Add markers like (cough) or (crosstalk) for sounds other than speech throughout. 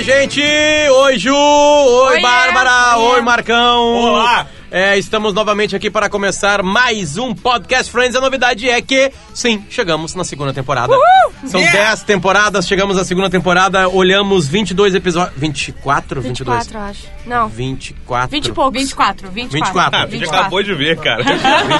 gente! Oi, Ju! Oi, Oiê! Bárbara! Oiê. Oi, Marcão! Olá! É, estamos novamente aqui para começar mais um Podcast Friends. A novidade é que, sim, chegamos na segunda temporada. São Yeah! 10 temporadas, chegamos à segunda temporada, olhamos 22 episódios... 24? 22? 24, eu acho. Não, 24. 20 e poucos. 24, 24. 24. Ah, a gente 24. acabou de ver, (laughs) cara.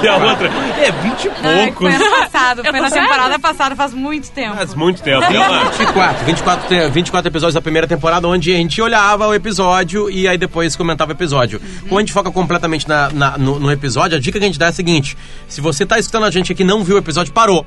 E a outra. É, 20 e Não, é que poucos. Foi ano passado, Eu foi tô na certa? temporada passada, faz muito tempo. Faz muito tempo. É uma- 24, 24, te- 24 episódios da primeira temporada, onde a gente olhava o episódio e aí depois comentava o episódio. Uhum. Quando a gente foca completamente na- na- no, no episódio, a dica que a gente dá é a seguinte: se você tá escutando a gente aqui e não viu o episódio, parou.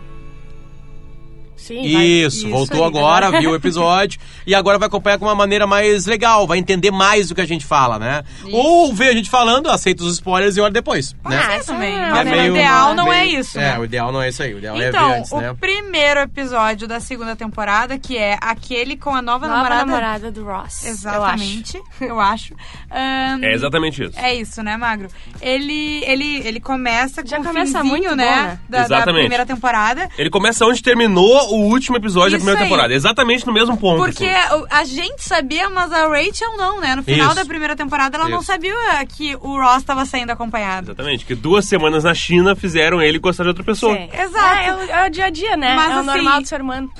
Sim, vai. Isso, isso voltou aí, agora, agora. viu o episódio e agora vai acompanhar com uma maneira mais legal, vai entender mais do que a gente fala, né? Ou vê a gente falando, aceita os spoilers e olha depois. né? isso também. é Mas meio- o ideal Ah, não é meio- isso. É, né? o ideal não é isso aí, o ideal é ver Então, antes, o né? primeiro episódio da segunda temporada, que é aquele com a nova, Nova namorada, namorada. do Ross. Exatamente, eu acho. Ahn, É exatamente isso. É isso, né, Magro? Ele, ele, ele começa Já com começa o finzinho, muito bom, né, né? da- Da, Exatamente. primeira temporada. Ele começa onde terminou o último episódio da Isso primeira aí. temporada. Exatamente no mesmo ponto. Porque assim. o- a gente sabia, mas a Rachel não, né? No final Isso. da primeira temporada, ela não Isso. sabia que o Ross estava saindo acompanhado. Exatamente. Que duas semanas na China fizeram ele gostar de outra pessoa. Sim. Exato. É, é o, é o dia a dia, né? Mas, é o assim, normal do ser humano.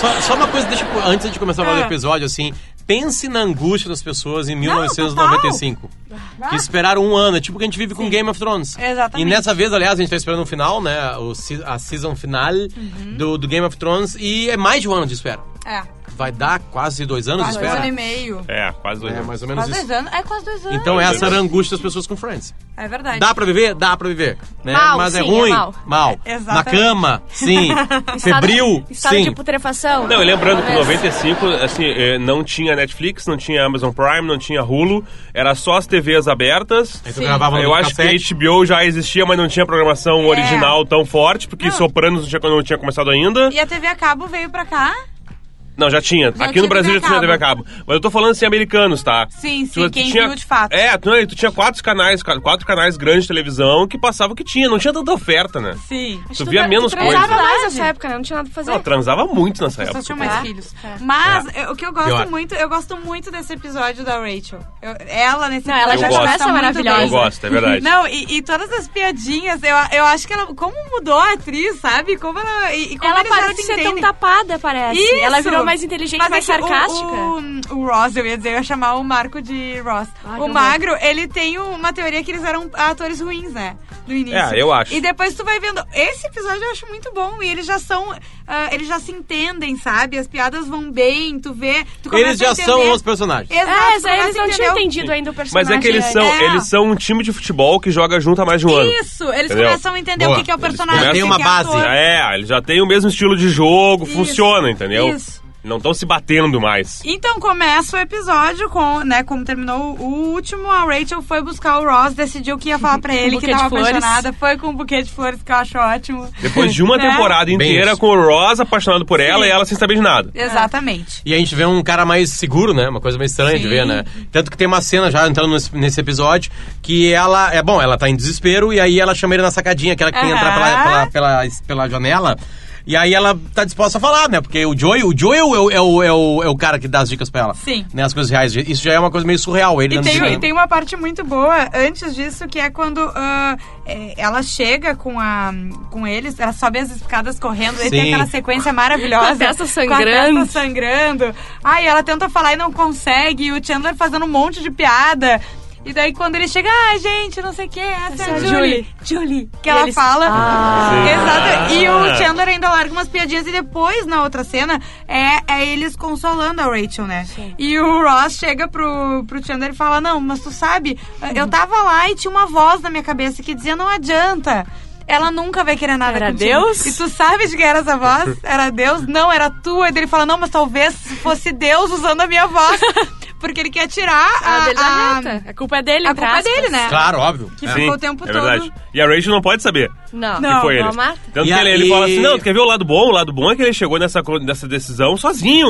Só, só uma coisa, deixa, eu- antes de começar a falar do Ah. episódio, assim, pense na angústia das pessoas em 1995. que esperaram um ano. É tipo o que a gente vive com Game of Thrones. Exatamente. E nessa vez, aliás, a gente tá esperando um final, né? O, se- a season finale Uhum. do, do Game of Thrones. E é mais de um ano de espera. É. Vai dar quase dois anos Quase de um ano e espera. meio. É, quase dois É, anos. mais ou menos Quase isso. dois anos. É quase dois anos. Então essa era a angústia das pessoas com Friends. É verdade. Dá pra viver? Dá pra viver. Né? Mal, Mas é sim, é ruim? mal. (laughs) Na Exatamente. cama? (laughs) Sim. Febril? Estado, estado sim. de putrefação. Não, e lembrando que em Talvez. 95, assim, eh, não tinha Netflix, não tinha Amazon Prime, não tinha Hulu, era só as TVs abertas. Aí tu gravava no Eu acho que cassete. a HBO já existia, mas não tinha programação original tão forte, porque É. Não. Sopranos não tinha, não tinha começado ainda. E a TV a cabo veio pra cá. Não, já tinha. Já Aqui tinha no Brasil TV já tinha a TV a cabo. Mas eu tô falando assim, americanos, tá? Sim, sim, quem viu de fato. É, tu, tu tinha quatro canais, ca- quatro canais grandes de televisão que passavam o que tinha, não tinha tanta oferta, né? Sim. Tu via menos Eu coisa. usava mais Verdade. nessa época, né? Não é. tinha nada pra fazer. Não, transava muito nessa Só época. tinha mais filhos. Mas É. eu- o que eu gosto Pior. muito, eu gosto muito desse episódio da Rachel. Eu- ela nesse Não, ela já episódio começa tá muito maravilhosa. bem. Eu gosto, é verdade. (laughs) Não, e, e todas as piadinhas, eu, eu acho que ela. Como mudou a atriz, sabe? Como ela. E, e como ela eles já parou de se ser entendem. tão tapada, parece. Isso! Ela virou mais inteligente, Mas mais é que o- sarcástica. O, o Ross, eu ia dizer, eu ia chamar o Marco de Ross. Ai, que o horror. Magro, ele tem uma teoria que eles eram atores ruins, né? No início. É, eu acho. E depois tu vai vendo. Esse episódio eu acho muito bom. E eles já são. ah, eles já se entendem, sabe? As piadas vão bem, tu vê. Tu começa Eles a já é entender. são os personagens. Exato, É, tu essa aí começa eles não tinham a entender o- entendido ainda o Mas personagem. é que eles antes. são, É. eles são um time de futebol que joga junto há mais de um ano. Isso, eles Entendeu? começam a entender Boa. o que que é o Eles personagem. começam- o que Tem uma que é base. ator. Já é, eles já têm o mesmo estilo de jogo, Isso. funciona, entendeu? Isso. Não estão se batendo mais. Então começa o episódio com, né, como terminou o último, a Rachel foi buscar o Ross, decidiu que ia falar pra ele um buquê que tava de flores. apaixonada, foi com um buquê de flores que eu acho ótimo. Depois de uma Né? temporada inteira isso. com o Ross apaixonado por ela e ela sem saber de nada. Exatamente. E a gente vê um cara mais seguro, né? Uma coisa meio estranha de Sim. ver, né? Tanto que tem uma cena já entrando nesse, nesse episódio que ela. É bom, ela tá em desespero e aí ela chama ele na sacadinha, aquela que tem que entrar pela, Aham. pela, pela, pela janela. E aí ela tá disposta a falar, né? Porque o Joey, o Joey é o, é o, é o, é o cara que dá as dicas pra ela. Sim. Né? As coisas reais. Isso já é uma coisa meio surreal, ele E dando tem, um- dica. e tem uma parte muito boa antes disso, que é quando ah, é, ela chega com, a, com eles, ela sobe as escadas correndo, Sim. aí tem aquela sequência maravilhosa. Com a testa Com a sangrando. testa sangrando. Ai, ela tenta falar e não consegue, e o Chandler fazendo um monte de piada. E daí quando ele chega, ah, gente, não sei o que, essa é a Julie. Julie. Que E ela eles- fala. Ah. Exato. E o Ah. Chandler ainda larga umas piadinhas e depois, na outra cena, é, é eles consolando a Rachel, né? E o Ross chega pro, pro Chandler e fala: Não, mas tu sabe, eu tava lá e tinha uma voz na minha cabeça que dizia: Não adianta. Ela nunca vai querer nada Era contigo." Deus? E tu sabe de quem era essa voz? Era Deus? Não, era tua. E daí ele fala: Não, mas talvez fosse Deus usando a minha voz. Porque ele quer tirar Ah, A, a. dele da reta. a culpa é dele, a entre culpa aspas. dele, né? Claro, óbvio. Que É. ficou o tempo é verdade. todo. E a Rachel não pode saber. Não, que foi não, ele. Marta. Tanto E que ele, ele aí- fala assim: não, tu quer ver o lado bom? O lado bom é que ele chegou nessa, co- nessa decisão sozinho.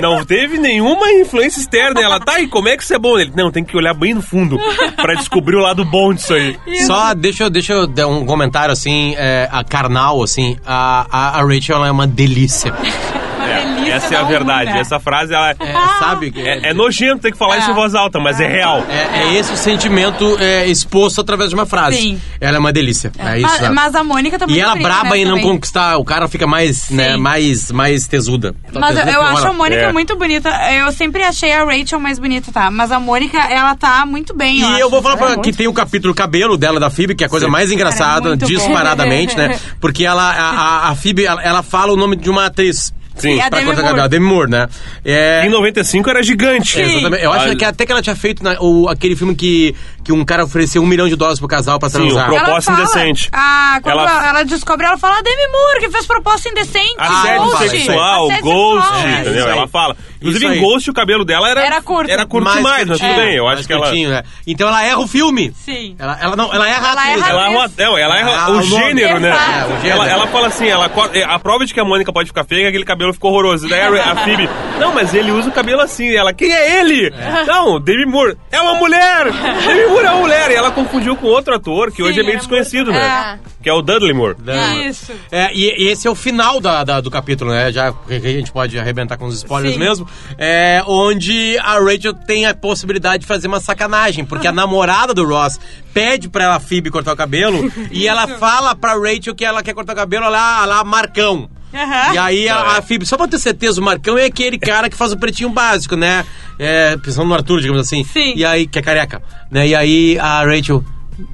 não teve nenhuma influência externa. Ela, tá, e como é que isso é bom? Ele, não, tem que olhar bem no fundo pra descobrir o lado bom disso aí. Só deixa, eu- deixa eu dar um comentário assim, é, a carnal, assim. A, a, a Rachel ela é uma delícia. Uma É. Isso Essa é dá a um verdade. bunda. Essa frase ela é, Ah. É, sabe? é nojento ter que falar isso em voz alta, mas é real. É, é esse o sentimento é, exposto através de uma frase. Sim. Ela é uma delícia. É, isso. Mas, sabe? mas a Mônica tá muito e ela bem, braba né, e não também. conquistar, o cara fica mais, né, mais, mais tesuda. Tá Mas eu, tesuda eu por acho hora. a Mônica É. muito bonita. Eu sempre achei a Rachel mais bonita, tá? Mas a Mônica, ela tá muito bem. E eu, acho. vou falar pra, muito que tem o capítulo cabelo dela da Phoebe, que é a coisa mais engraçada, muito bom. disparadamente, né? (laughs) Porque ela, a, a, a Phoebe, ela, ela fala o nome de uma atriz. Sim. E a pra Demi cortar Moore. cabelo, a Demi Moore, né? É, Em 95 era gigante. É, Exatamente. Eu acho Olha, que até que ela tinha feito na- o, aquele filme que, que um cara ofereceu um milhão de dólares pro casal pra o transar. Pro- Ela Proposta fala- indecente. Ah, quando Ela- ela, ela descobre, ela fala "Ah, Demi Moore, que fez proposta indecente. Assédio Ah, Ghost. sexual, Assédio ghost, sexual, é, entendeu? isso aí. Ela fala. Inclusive, Isso em aí. Ghost, o cabelo dela era, Era curto. era curto Mais demais, mas tudo curtinho, bem. Eu mais acho que ela. curtinho, é. Então ela erra o filme. Sim. Ela, ela não, ela erra Ela a atriz. erra Ela a é atriz. erra, não, ela erra Ah, o o nome. gênero, né? Exato. É, o gênero. Ela, ela fala assim, ela, co- é, a prova de que a Mônica pode ficar feia é que aquele cabelo ficou horroroso. Daí a, a Phoebe, não, mas ele usa o cabelo assim. E Ela, quem é ele? Não, Demi Moore. É uma (laughs) mulher! Demi Moore é uma mulher! E ela confundiu com outro ator, que hoje é meio era desconhecido, muito- né? Que é o Dudley Moore. Não. Isso. É, e, e esse é o final da- da- do capítulo, né? Já que a gente pode arrebentar com os spoilers Sim. mesmo. É, onde a Rachel tem a possibilidade de fazer uma sacanagem, porque (laughs) a namorada do Ross pede pra ela, Phoebe, cortar o cabelo, e ela fala pra Rachel que ela quer cortar o cabelo, ela, ela Marcão. Aham. E aí a, a Phoebe, só pra ter certeza, o Marcão é aquele cara que faz o pretinho básico, né? É, pensando no Arthur, digamos assim. Sim. E aí, que é careca. Né? E aí a Rachel.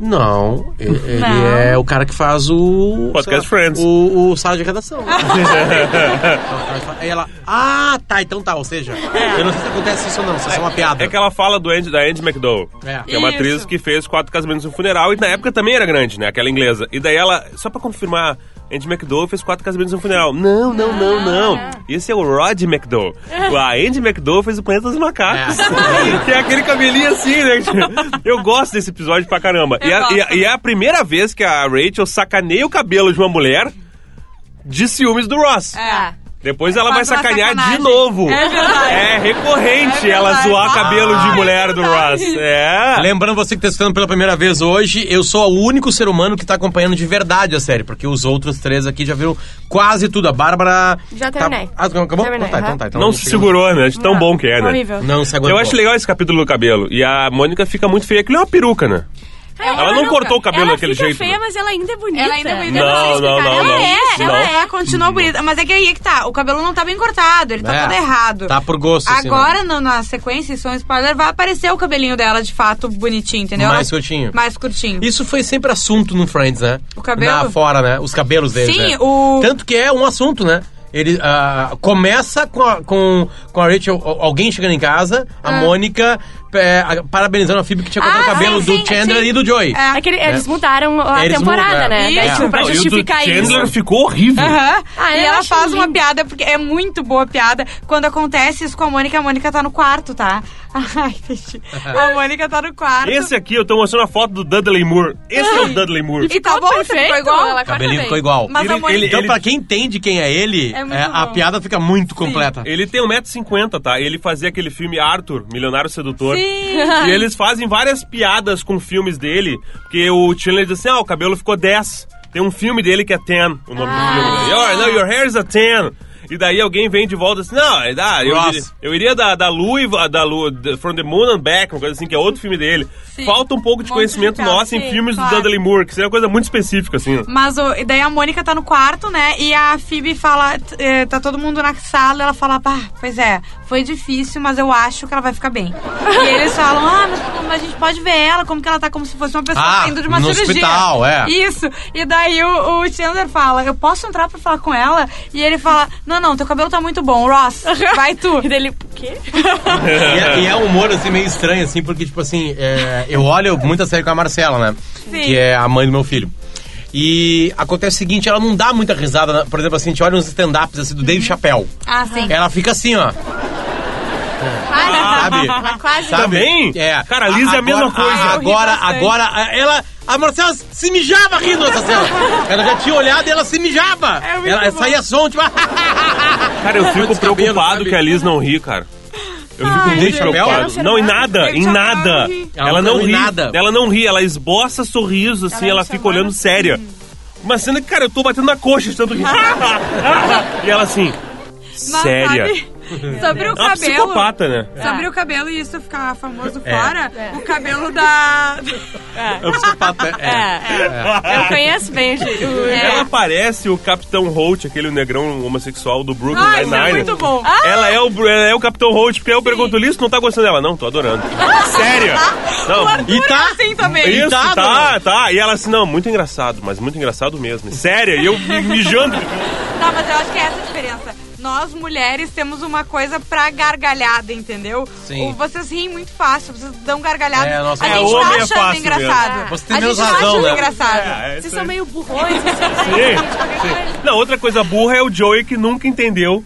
Não, e- ele Não. é o cara que faz o. Podcast sei lá, Friends. O, o sala de (laughs) redação. aí ela. Ah, tá, então tá. Ou seja, É. eu não sei se acontece isso ou não, se isso é uma piada. É que ela fala do Andy, da Andy McDowell. É. Que é uma Isso. atriz que fez quatro casamentos e um funeral. E na época também era grande, né? Aquela inglesa. E daí ela, só pra confirmar, Andy McDowell fez quatro casamentos e um funeral. Não, não, não, Ah. não. Esse é o Rod McDowell. (laughs) A Andy McDowell fez o Planeta dos Macacos. (laughs) que é aquele cabelinho assim, né? (laughs) Eu gosto desse episódio pra caramba. E, Eu a- e a- gosto. e é a primeira vez que a Rachel sacaneia o cabelo de uma mulher de ciúmes do Ross. É. Depois ela vai Faz uma sacanear de sacanagem. novo. É verdade. É recorrente É ela verdade. zoar cabelo de Ah, mulher é do verdade. Ross. É. Lembrando você que está assistindo pela primeira vez hoje, eu sou o único ser humano que está acompanhando de verdade a série, porque os outros três aqui já viram quase tudo. A Bárbara. Já tá- terminei. Ah, acabou? Terminei, Então tá, então aham. tá. Então Não se segurou, né? De tão Ah, bom que é, né? Horrível. Não se aguentou. Eu acho legal esse capítulo do cabelo. E a Mônica fica muito feia. Aquilo é uma peruca, né? Ela não cortou o cabelo ela daquele fica jeito, feia, né? mas ela ainda é bonita. Ela ainda é bonita. Não, eu sei não, explicar. não, ela não. é, ela Não. é, continua bonita. Mas é que aí é que tá. O cabelo não tá bem cortado, ele tá É, todo errado. Tá por gosto, assim, né? Agora, no- na sequência, isso é um spoiler, vai aparecer o cabelinho dela de fato bonitinho, entendeu? Mais Ela- curtinho. Mais curtinho. Isso foi sempre assunto no Friends, né? O cabelo? Na, fora, né? Os cabelos deles, Sim, né? o- Tanto que é um assunto, né? Ele ah, começa com a, com, com a Rachel, al- alguém chegando em casa, a Mônica é, a- parabenizando a Phoebe que tinha cortado Ah, o cabelo sim, do Chandler sim. e do Joey. É. É que ele- Né? eles mudaram a Eles temporada, mudaram. né? Daí, Isso. tipo, pra É, Não, e o do justificar isso. Chandler ficou horrível. Aham. Ah, e eu ela acho faz uma lindo. piada, porque é muito boa piada. Quando acontece isso com a Mônica, a Mônica tá no quarto, tá? (laughs) Ai, gente. A Mônica tá no quarto. Esse aqui, eu tô mostrando a foto do Dudley Moore. Esse é o Dudley Moore. E tá bom, perfeito, ficou igual. ela O cabelinho ficou igual. Mas a Ele- Mônica- ele- então, ele- pra quem entende quem é ele, É muito é, a bom. piada fica muito (laughs) completa. Ele tem 1,50m, tá? Ele fazia aquele filme Arthur, Milionário Sedutor. Sim. E eles fazem várias piadas com filmes dele, porque o Chandler diz assim, ah, o cabelo ficou 10. Tem um filme dele que é 10, o nome do Ah. filme. né? Your, no, your hair is a 10. E daí alguém vem de volta assim, não, é da- eu, Ross. iria- eu iria da, da Lu, e va- da Lu, da- From the Moon and Back, uma coisa assim, que é outro filme dele. Falta um pouco de Um monte conhecimento de piada, nosso em sim, filmes do claro. Dudley Moore, que seria uma coisa muito específica, assim. Mas o, e daí a Mônica tá no quarto, né? E a Phoebe fala, t- eh, tá todo mundo na sala, ela fala, ah, pois é, foi difícil, mas eu acho que ela vai ficar bem. e eles falam, ah, mas, como a gente pode ver ela, como que ela tá como se fosse uma pessoa Ah, saindo de uma no cirurgia. hospital, é. Isso. E daí o, o Chandler fala, eu posso entrar pra falar com ela? E ele fala, não, não, teu cabelo tá muito bom, Ross, vai tu. E daí ele, o quê? E é, e é um humor, assim, meio estranho, assim, porque, tipo assim, é, eu olho muita série com a Marcela, né? Sim. Que é a mãe do meu filho. E acontece o seguinte, ela não dá muita risada. né? Por exemplo, assim, a gente olha uns stand-ups assim, do Dave Chappelle. Ah, sim. Ela fica assim, ó. (laughs) Sabe? Quase. Sabe? Também? É. Cara, a Liz é a mesma agora- Agora, coisa. Eu ri bastante. agora, a- ela... A Marcela se mijava rindo nessa (laughs) cena. Ela já tinha olhado e ela se mijava. É muito ela bom. saía som, tipo... É Cara, eu fico Quantos cabelos, preocupado sabe? que a Liz não ri, cara. Eu fico Ai, muito gente. Ela preocupado. não Não, chorou em nada, nada. em Ela nada. não ri. Ela, Ela não não ri. nada. Ela não ri, ela esboça sorriso, assim, ela, fica olhando (laughs) séria. Uma cena que, cara, eu tô batendo na coxa de tanto rir. e ela assim. Mas séria. sabe, sobre o É uma cabelo. psicopata, né? Sobre É. o cabelo e isso ficar famoso fora, o cabelo da. É um (laughs) psicopata. É. Eu conheço bem o. (laughs) Gi- o- É. Ela parece o Capitão Holt, aquele negrão homossexual do Brooklyn Ah, isso é Nine-Nine. muito bom. Ela é o, Bru- ela é o Capitão Holt, porque eu pergunto, Liz, tu não tá gostando dela? Não, tô (laughs) adorando. Sério? Não. E tá? Assim também. Isso, tá, tá, dona. tá, E ela assim, não, muito engraçado, mas muito engraçado mesmo. Sério, e eu me- (laughs) mijando. Tá, mas eu acho que é essa a diferença. Nós, mulheres, temos uma coisa pra gargalhada, entendeu? Sim. Ou vocês riem muito fácil, vocês dão gargalhada. É, nossa, a é, gente homem é tá achando fácil mesmo. engraçado. Você tem a menos gente razão, tá achando né? engraçado. É, Vocês isso são aí. meio burrões. assim, Sim, sim. Não, outra coisa burra é o Joey que nunca entendeu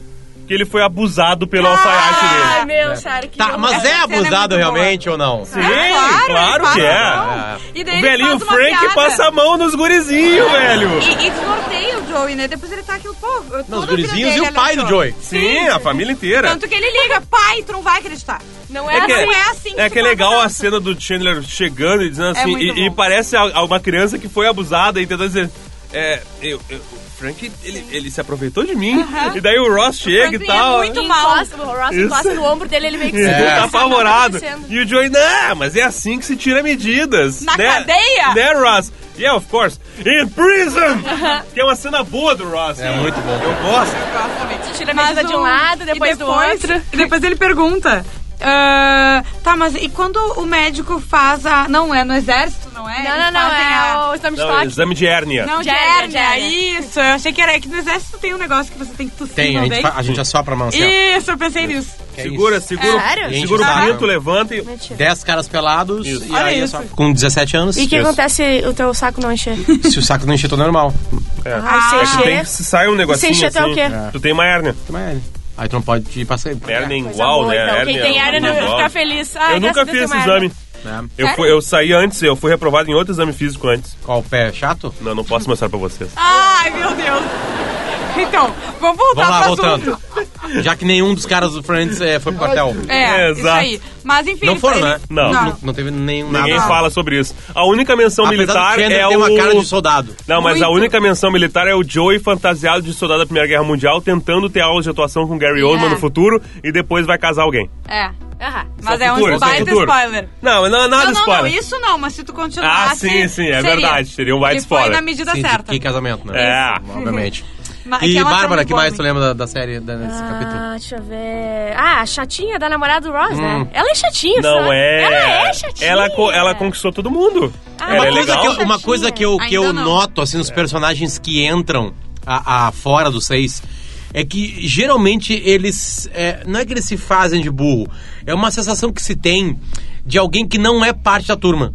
que ele foi abusado pelo Ah, alfaiate Ai, dele. meu, sério. Que Tá, mas Essa é cena é abusado muito boa. realmente ou não? Sim, É, claro, ele que é. fala, não. E daí O ele velhinho faz uma Frank piada. passa a mão nos gurizinhos, velho. E, e desnorteia o Joey, né? Depois ele tá aqui, pô, eu- toda Não, os a vida gurizinhos e dele o pai do Joey. aleatório. Sim, a família inteira. Tanto que ele liga, pai, tu não vai acreditar. Não é, que- assim. não é assim que é se que é faz legal dança. a cena do Chandler chegando e dizendo assim, É muito e, e bom. parece a, a uma criança que foi abusada e tentando dizer. É, eu, eu- o Frank, ele, ele se aproveitou de mim. E daí o Ross chega e Franklin é tal. muito E mal. encosta- O Ross encosta Isso. no ombro dele, ele meio que É. Ele segura, tá sabe o que tá apavorado. acontecendo. E o Joey, não, mas é assim que se tira medidas. Na né? cadeia? Né, Ross? Yeah, of course. In prison! (laughs) Que é uma cena boa do Ross. É né? muito bom. Eu gosto. Tira a medida de um o- lado, e depois, do outro. e depois ele pergunta. "Ah, tá, mas e quando o médico faz a. Não, é no exército, não é? Não, Eles não, não, fazem é a- o exame de Não, toque. exame de hérnia. Não, de Diarna, hérnia, diarna. isso. Eu achei que era. É que no exército tem um negócio que você tem que tossir Tem, a gente, também. fa- a gente assopra a mão assim. ó. Isso, eu pensei nisso. Que é segura, isso. segura, Sério? segura Gente, o tá. pinto, levanta e. Dez caras pelados Isso. e Olha aí é isso. só- com 17 anos. E o que Isso. acontece se o teu saco não (laughs) encher? Se o saco não encher, tô normal. É. Ah, É se que encher. tem, se sai um negocinho encher assim, até o quê? É. É, tu tem uma hérnia. Mas é. Aí tu não pode ir pra sair. Hérnia Coisa igual, boa, né? então. Quem tem hérnia não vai igual. ficar feliz. Ai, Eu nunca graças a fiz Deus, esse tem uma exame. hérnia. Né? Eu, fui, eu saí antes, eu fui reprovado em outro exame físico antes. Qual o pé chato? Não, não posso mostrar pra vocês. Ai, meu Deus. Então, vamos voltar Vamos lá, pro assunto. voltando. Já que nenhum dos caras do Friends eh, foi pro quartel. É, É, isso exato. aí. Mas enfim. Não ele- foram, né? ele- Não. Não, não teve nenhum Ninguém nada. fala sobre isso. A única menção Apesar militar do Chandler é ter o. uma cara de soldado. Não, mas a Muito. única menção militar é o Joey fantasiado de soldado da Primeira Guerra Mundial tentando ter aulas de atuação com Gary Oldman É. no futuro e depois vai casar alguém. É. Aham. Mas Só é futuro, um só baita futuro. spoiler. Não, não é nada Não, não, não, spoiler. isso não, mas se tu ah, continuasse. sim, sim, é seria. verdade. Seria um Que white foi spoiler. na medida Sim, certa. Que casamento, né? É. Isso, Obviamente. Ma- E que é uma Bárbara, trama Uhum. que tá boa, mais né? tu lembra da, da série, da- desse capítulo? Ah, deixa eu ver. Ah, a chatinha da namorada do Ross, né? Ela é chatinha, Hum. Não sabe? é. Ela é chatinha. Ela, co- ela conquistou todo mundo. Ah, ela Uma é coisa, legal. É. que eu, uma coisa que eu, que eu Ainda não. noto, assim, nos personagens que entram a, a- fora dos seis, é que geralmente eles. é, não é que eles se fazem de burro, é uma sensação que se tem de alguém que não é parte da turma.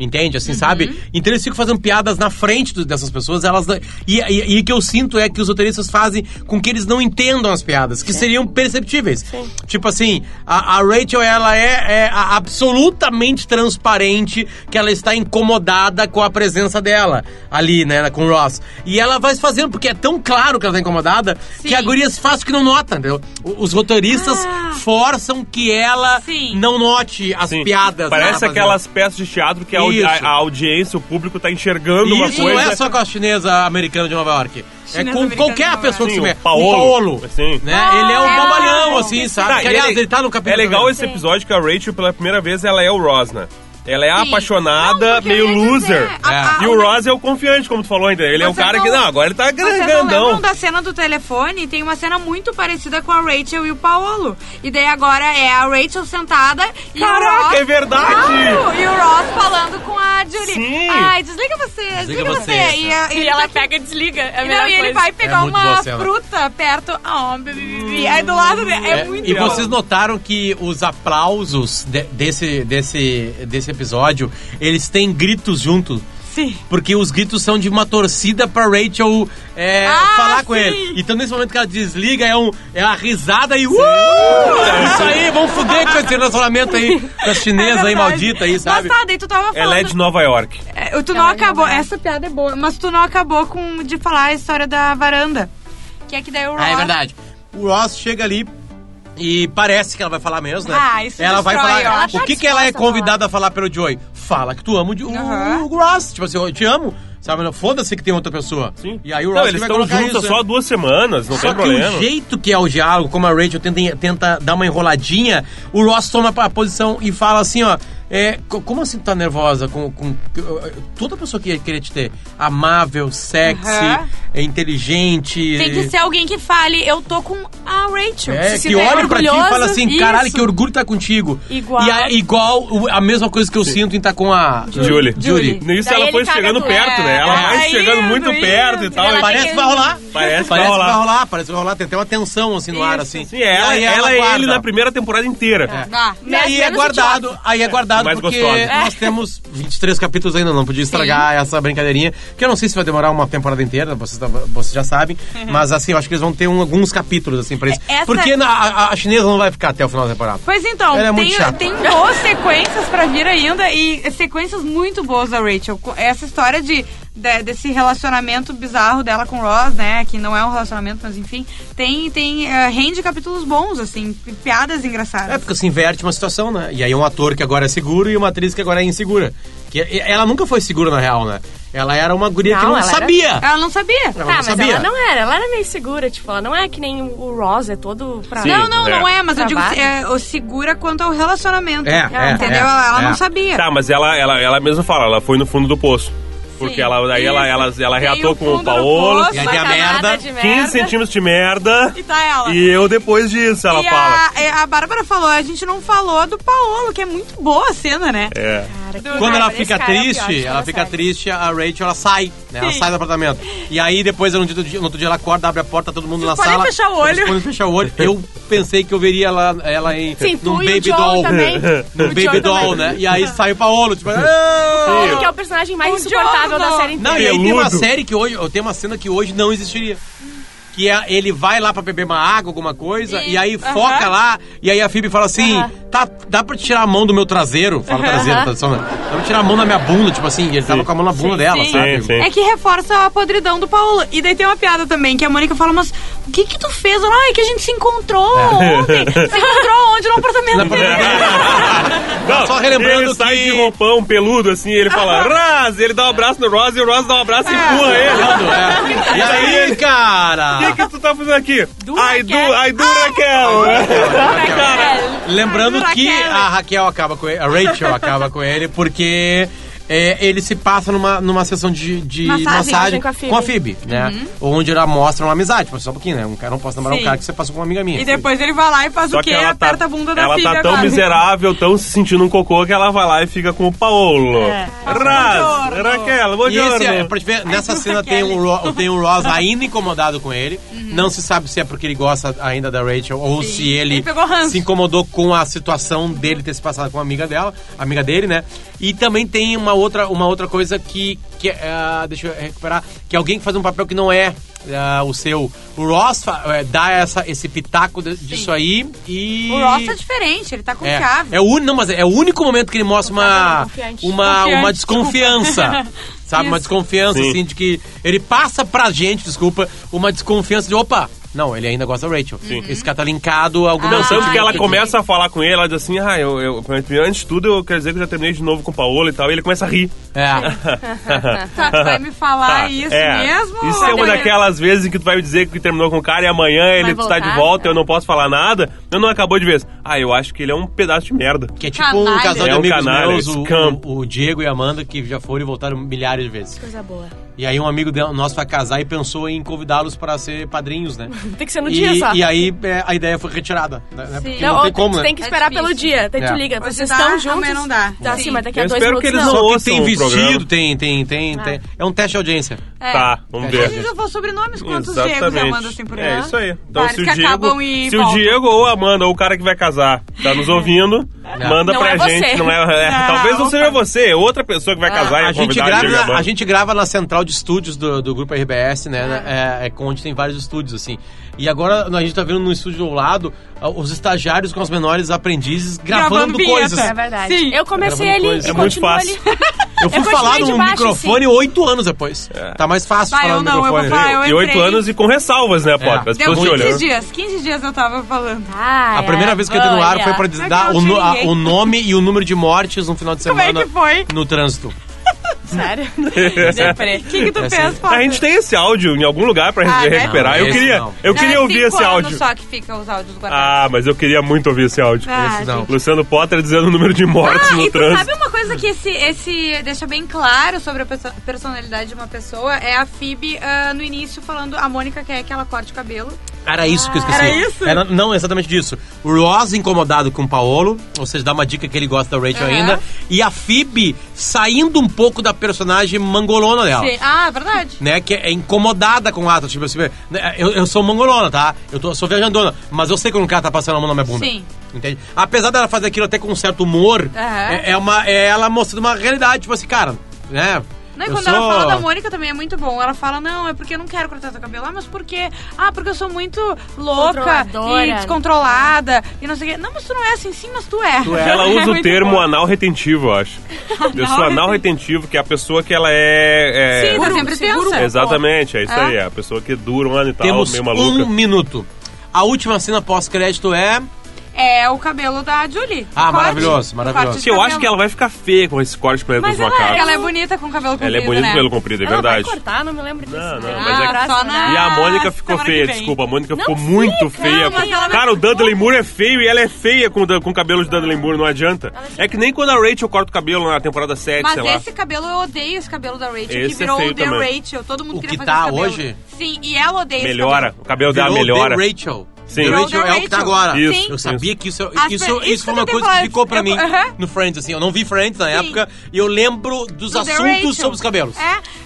Entende? Assim, Uhum. sabe? Então eles ficam fazendo piadas na frente do- dessas pessoas. Elas, não- e, e, e o que eu sinto é que os roteiristas fazem com que eles não entendam as piadas, que seriam perceptíveis. Tipo assim, a, a Rachel, ela é, é a- absolutamente transparente que ela está incomodada com a presença dela ali, né, com o Ross. E ela vai se fazendo, porque é tão claro que ela tá incomodada, Sim. Ah. que a guria se faz o que não nota, entendeu? O- Os roteiristas forçam que ela Sim. não note as Sim. piadas. que ela Parece tá aquelas peças de teatro que a, audi- Isso. a- a audiência, o público tá enxergando fazendo. uma Isso não coisa. é só com a chinesa americana de Nova York. Chinesa é com americana de qualquer Nova Ah, pessoa que se York. mexe. Sim, o Paolo. Sim. Né? ele é um bobalhão, assim, sabe? Tá, que, e aliás, é le- ele, tá no capítulo. É legal também. esse episódio que a Rachel, pela primeira vez, ela é o Rosna. Ela é Sim. apaixonada, Não, porque meio eu ia dizer, ah, loser. a- É. E a- o Ross é o confiante, como tu falou, ainda. Ele é o Vocês cara não- que, não, agora ele tá Vocês não grandão. lembram da cena do telefone? Tem uma cena muito parecida com a Rachel e o Paolo. E daí agora é a Rachel sentada e o Caraca, Ross... é verdade! Claro, e o Ross falando com a Julie. Sim. Ai, desliga você, desliga, você. você. E, a- E ele ela tá- pega e desliga. É a Não, melhor e ele coisa. vai pegar muito boa uma cena. fruta perto. Ah, blá, blá, blá, blá. aí do lado dele. É, É, muito e bom. vocês notaram que os aplausos de- desse, desse, desse episódio, eles têm gritos junto. Sim. Porque os gritos são de uma torcida pra Rachel é, Ah, falar com sim. ele. Então, nesse momento que ela desliga, é, um, é uma risada (laughs) e... Uh! Isso aí, vamos fuder com esse relacionamento aí. Com as chinesas aí, É Verdade. maldita aí, sabe? Mas tá, daí tu tava falando... Ela é de Nova York. É, tu não acabou, essa piada é boa, mas tu não acabou com de falar a história da varanda. Que é que daí o Ross... Ah, é verdade. O Ross chega ali e parece que ela vai falar mesmo, né? Ah, isso ela vai destrói, falar. ó. Ela tá o que, que ela é disposta a convidada a falar pelo Joey? Fala que tu ama o, o- Aham. o Ross. Tipo assim, eu te amo. Sabe? Não, Foda-se que tem outra pessoa. Sim. E aí o não, Ross que eles vai estão colocar juntos há isso, só né? há duas semanas, não Só tem que problema. o jeito que é o diálogo, como a Rachel tenta, tenta dar uma enroladinha, o Ross toma a posição e fala assim, ó. É, co- como assim tu tá nervosa com, com- toda pessoa que ia querer te ter? Amável, sexy, Aham. é inteligente. Tem que ser alguém que fale, eu tô com a Rachel. É, Então, Se que der olha pra ti e fala orgulhoso, assim, isso. caralho, que orgulho tá contigo. Igual. E a, igual o- a mesma coisa que eu sinto em tá com a... Julie. Julie. Nisso Daí ela ele foi tá caga chegando tudo. perto, né? Ela É. vai Ai, chegando isso, muito isso. perto e tal. Ela Parece que vai rolar. Parece que vai Parece que vai rolar. rolar, parece que vai rolar. Tem até uma tensão assim no ar, assim. Sim, é ela, E aí ela é guarda. ele na primeira temporada inteira. Ah, E aí é menos guardado, aí é guardado Mais porque gostosa. É. nós temos 23 capítulos ainda, não podia estragar essa brincadeirinha, que eu não sei se vai demorar uma temporada inteira, vocês, tá- vocês já sabem, mas assim, eu acho que eles vão ter um- alguns capítulos assim pra isso. Uhum. É, Essa- Porque na- a, a chinesa não vai ficar até o final da temporada. Pois então, Ela é muito tem, chata. tem boas sequências pra vir ainda e sequências muito boas da Rachel. Co- Essa história de, de- desse relacionamento bizarro dela com o Ross, né? Que não é um relacionamento, mas enfim, tem, tem eh, rende capítulos bons, assim, pi- piadas É, engraçadas. porque se inverte uma situação, né? E aí um ator que agora é seguro e uma atriz que agora é insegura. Que e- ela nunca foi segura, na real, né? Ela era uma guria que Não, não ela era- sabia. Ela não sabia. É, Ela Tá, não mas sabia. ela não era, ela era meio segura, tipo, ela não é que nem o Ross, é todo pra... Sim. não, não, é. não é, mas eu digo Travada. é, o segura quanto ao relacionamento. É, é, entendeu? é, ela ela é. não sabia. Tá, mas ela, ela, ela mesma fala, ela foi no fundo do poço. Porque Sim. ela, daí ela, ela, ela Tem reatou o com o fundo do Paolo. poço, E aí tem a Uma camada merda. de 15 centímetros de merda. E tá ela. E eu depois disso, ela e fala. A, é, a Bárbara falou, a gente não falou do Paolo, que é muito boa a cena, né? É. Quando ela Esse fica cara é o pior de triste, toda ela a fica série. triste, a Rachel ela sai, né? Ela sai do apartamento. E aí depois, no outro dia, no outro dia, ela acorda, abre a porta, todo mundo na podem sala. fechar o olho. Vocês podem fechar o olho. Eu pensei que eu veria ela, ela em Sim, num tu e o baby John doll. também. Num O baby John doll, também. né? E aí sai o Paolo, tipo, "Ah!" Ele que é o personagem mais O insuportável Jordan. da série inteira. Não, e aí tem uma Peludo. série que hoje. Tem uma cena que hoje não existiria. Que é, ele vai lá pra beber uma água, alguma coisa, e, E- aí aham. foca lá, e aí a Phoebe fala assim: Aham. tá, dá pra tirar a mão do meu traseiro? Fala traseiro, Aham. tá só, né? Dá pra tirar a mão da minha bunda, tipo assim, e ele tava com a mão na bunda dela, sim. sabe? Sim, sim. É que reforça a podridão do Paulo. E daí tem uma piada também, que a Mônica fala, mas o que que tu fez? Ela, ah, é que a gente se encontrou É. ontem. Se encontrou onde? No apartamento dele. (laughs) Não, Só relembrando ele sai que- de roupão peludo, assim, ele (laughs) fala, Ross! Ele dá um abraço no Ross e o Ross dá um abraço e Ah. empurra ele. É. E aí, cara? O que, que tu tá fazendo aqui? Dura Ai, du, Raquel. ai, Ah. dura (laughs) Raquel! Lembrando Raquel. que a Raquel acaba com ele, a Rachel acaba com ele, porque é, ele se passa numa, numa sessão de, de Massagem, massagem, massagem com a Phoebe. com a Phoebe, né? Onde ela mostra uma amizade, tipo, só um pouquinho, né? Um cara não posso namorar um Uhum. Sim. cara que você passou com uma amiga minha. E depois ele vai lá e faz Só o que quê? ela tá, Aperta a bunda da ela filha tá tão agora. miserável, tão se sentindo um cocô, que ela vai lá e fica com o Paolo. É. Raz, Buongiorno. Raquel, bom E esse, é, dia. pra te ver, nessa tu, cena tem um, Ro- tem um (laughs) Ross ainda incomodado com ele. Uhum. Não se sabe se é porque ele gosta ainda da Rachel ou se ele, Ele pegou ranço. se incomodou com a situação dele ter se passado com a amiga dela, amiga dele, né? E também tem uma outra, uma outra coisa que, que é, deixa eu recuperar, que é alguém que faz um papel que não é é, o seu. O Ross fa- é, dá essa, esse pitaco de- disso aí e... O Ross é diferente, ele tá com É, chave. é o, un- não, mas é o único momento que ele mostra uma, Confiante. uma, uma Confiante, desconfiança. (laughs) Sabe? Uma Isso. desconfiança, Sim. assim, de que. Ele passa pra gente, desculpa, uma desconfiança de opa! Não, ele ainda gosta da Rachel. Esse cara tá linkado a alguma Não, coisa. tanto que ela começa a falar com ele, ela diz assim, ah, eu, eu, primeiro, antes de tudo, eu quero dizer que eu já terminei de novo com o Paolo e tal, e ele começa a rir. É. Tá, tu vai me falar Tá, isso é. mesmo? Isso é uma daquelas vezes em que tu vai me dizer que terminou com o cara e amanhã ele está voltar? de volta, eu não posso falar nada. Eu não acabou de vez. Ah, eu acho que ele é um pedaço de merda. Que é tipo um Canalha. casal de É um amigos canalha, meus, o, scam. o- o Diego e a Amanda, que já foram e voltaram milhares de vezes. Coisa boa. E aí um amigo de- nosso vai casar e pensou em convidá-los para ser padrinhos, né? Tem que ser no e, Um dia só. e aí é, a ideia foi retirada. Né? Porque Não, não, ou tem como, tu né? tem que É esperar difícil. pelo dia. Daí É. tu liga. Hoje Vocês dá, estão juntos? amanhã não dá. Tá, Sim. sim, mas daqui a Eu dois espero que minutos não. eles não- Só que ouçam tem o vestido, programa. tem, tem, tem, Ah. tem. É um teste de audiência. Tá, vamos É. A ver. gente já falou sobre nomes, quantos Diegos Exatamente. e Amanda tem por É ano? isso aí. Então, Vários se o que Diego, acabam e se o voltam. Diego ou a Amanda, ou o cara que vai casar, tá (laughs) nos ouvindo, manda Não pra é você. gente. Não é, é, Não, Ah. talvez não seja opa. você, é outra pessoa que vai casar e A é gente, convidada grava Diego e na, Amanda. a gente grava na central de estúdios do, do grupo RBS, né? Ah. É, é com- onde tem vários estúdios, assim. E agora a gente tá vendo no estúdio do lado ah, os estagiários com os menores aprendizes gravando, Gravando vinheta. coisas. É verdade. Sim. Eu comecei Gravando ali coisa. e É muito continuo ali. fácil. é Eu fui Eu continuei falar de num baixo, microfone oito anos depois. É. Tá mais fácil assim. falar Vai, eu no não, eu vou microfone. falar, eu E oito entrei. anos e com ressalvas, né, Potter? As Deu pessoas te 15 olhando. dias, 15 dias eu tava falando. A é. primeira vez que eu entrei no ar foi pra dizer- Legal, dar o, nu- a- cheguei. o nome e o número de mortes no final de Como semana é que foi? é no trânsito. Sério? (laughs) Deprê. O que, que tu Essa- pensa, Potter? É assim. A gente tem esse áudio em algum lugar pra Ah, re- né? recuperar. Não, eu esse queria, não. eu Não, queria é ouvir cinco esse anos áudio. só que fica os áudios guardados. Ah, mas eu queria muito ouvir esse áudio. Ah, Esse não. gente. Luciano Potter dizendo o número de mortes Ah, no e tu trânsito. sabe uma coisa que esse, esse deixa bem claro sobre a perso- personalidade de uma pessoa? É a Phoebe ah, no início falando a Mônica quer que ela corte o cabelo. Era isso que eu esqueci. Era isso? não, exatamente disso. O Ross incomodado com o Paolo, ou seja, dá uma dica que ele gosta da Rachel Aham. ainda. E a Phoebe saindo um pouco da personagem mangolona dela. Sim. Ah, é verdade. Né, que é incomodada com o ato. Tipo assim, né, eu, eu sou mongolona, tá? Eu tô, sou viajandona, mas eu sei quando o cara tá passando a mão na minha bunda. Sim. Entende? Apesar dela fazer aquilo até com um certo humor, Aham. é, é uma, é ela mostrando uma realidade. Tipo assim, cara, né? Não, e eu quando ela fala da Mônica também é muito bom. Ela fala, não, é porque eu não quero cortar teu cabelo. Ah, mas por quê? Ah, porque eu sou muito louca Controladora. e descontrolada e não sei o quê. Não, mas tu não é assim. Sim, mas tu é. (laughs) Tu é. Ela usa o muito termo bom. anal retentivo, eu acho. Eu sou anal retentivo, que é a pessoa que ela é. é- Sim, tá Guru, sempre segura o tensa. Exatamente, é isso Ah. aí. É a pessoa que dura um ano e tal, Temos meio maluca. um minuto. A última cena pós-crédito é. É o cabelo da Julie. Ah, O corte. maravilhoso, O maravilhoso. corte de Que eu acho cabelo. que ela vai ficar feia com esse corte pra dentro Tá Mas de uma ela, casa. ela é bonita com cabelo comprido, Ela é bonita né? com pelo comprido, é Ela vai verdade. cortar, não me lembro disso. Não, não, né? mas é que- Ah, só só na- na... E a Mônica Ah, ficou semana que feia, vem. desculpa. A Mônica ficou fica, muito feia. mas ela vai Cara, o ficar Dudley Moore é feio e ela é feia com, o Dan- com o cabelo de Dudley Moore, não adianta. É que nem quando a Rachel corta o cabelo na temporada 7, sei Mas lá. esse cabelo, eu odeio esse cabelo da Rachel, Esse é que virou feio o The também. Rachel. Todo mundo O queria que fazer tá esse cabelo. hoje? Sim, e ela odeia Melhora. esse O cabelo dela Virou melhora. The Rachel. Sim. The Virou Rachel The é o que tá Rachel. agora. Isso, Eu isso. sabia que isso, As isso, pe- isso, isso foi que uma eu coisa tenho que ficou pra falado. mim Eu- aham. no Friends, assim. Eu não vi Friends na época e eu lembro dos cabelo. Do The Rachel. assuntos sobre os cabelos.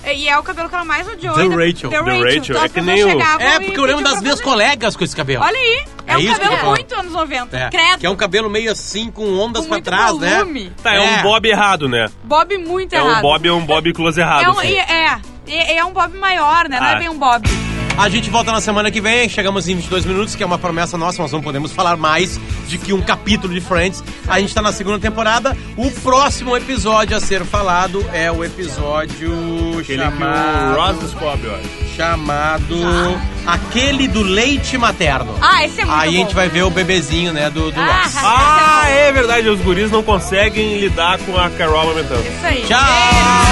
É, e é o cabelo que ela mais odiou. The ainda. Rachel. The The Rachel. Rachel. Então É as que pessoas nem o- chegavam É, e porque eu lembro pediam das pra minhas fazer. colegas com esse cabelo. Olha aí, é, É um isso que eu tô cabelo falando. muito anos 90. É, Credo. que é um cabelo meio assim, com ondas Com pra muito trás, né? volume. Tá, é, um É. Bob errado, né? Bob muito É errado. um Bob, é um Bob close errado. É um, assim. e- é, e- é um Bob maior, né? Não Ah. é bem um Bob. A gente volta na semana que vem, chegamos em 22 minutos, que é uma promessa nossa, nós não podemos falar mais de que um capítulo de Friends. A gente tá na segunda temporada. O próximo episódio a ser falado é o episódio Aquele que o chamado, Ross descobre, ó. chamado aquele do leite materno. Ah, esse é muito Aí bom. Ah, a gente vai ver o bebezinho, né, do, do Ross. Ah, é verdade. Os guris não conseguem lidar com a Carol aumentando. Isso aí. Tchau!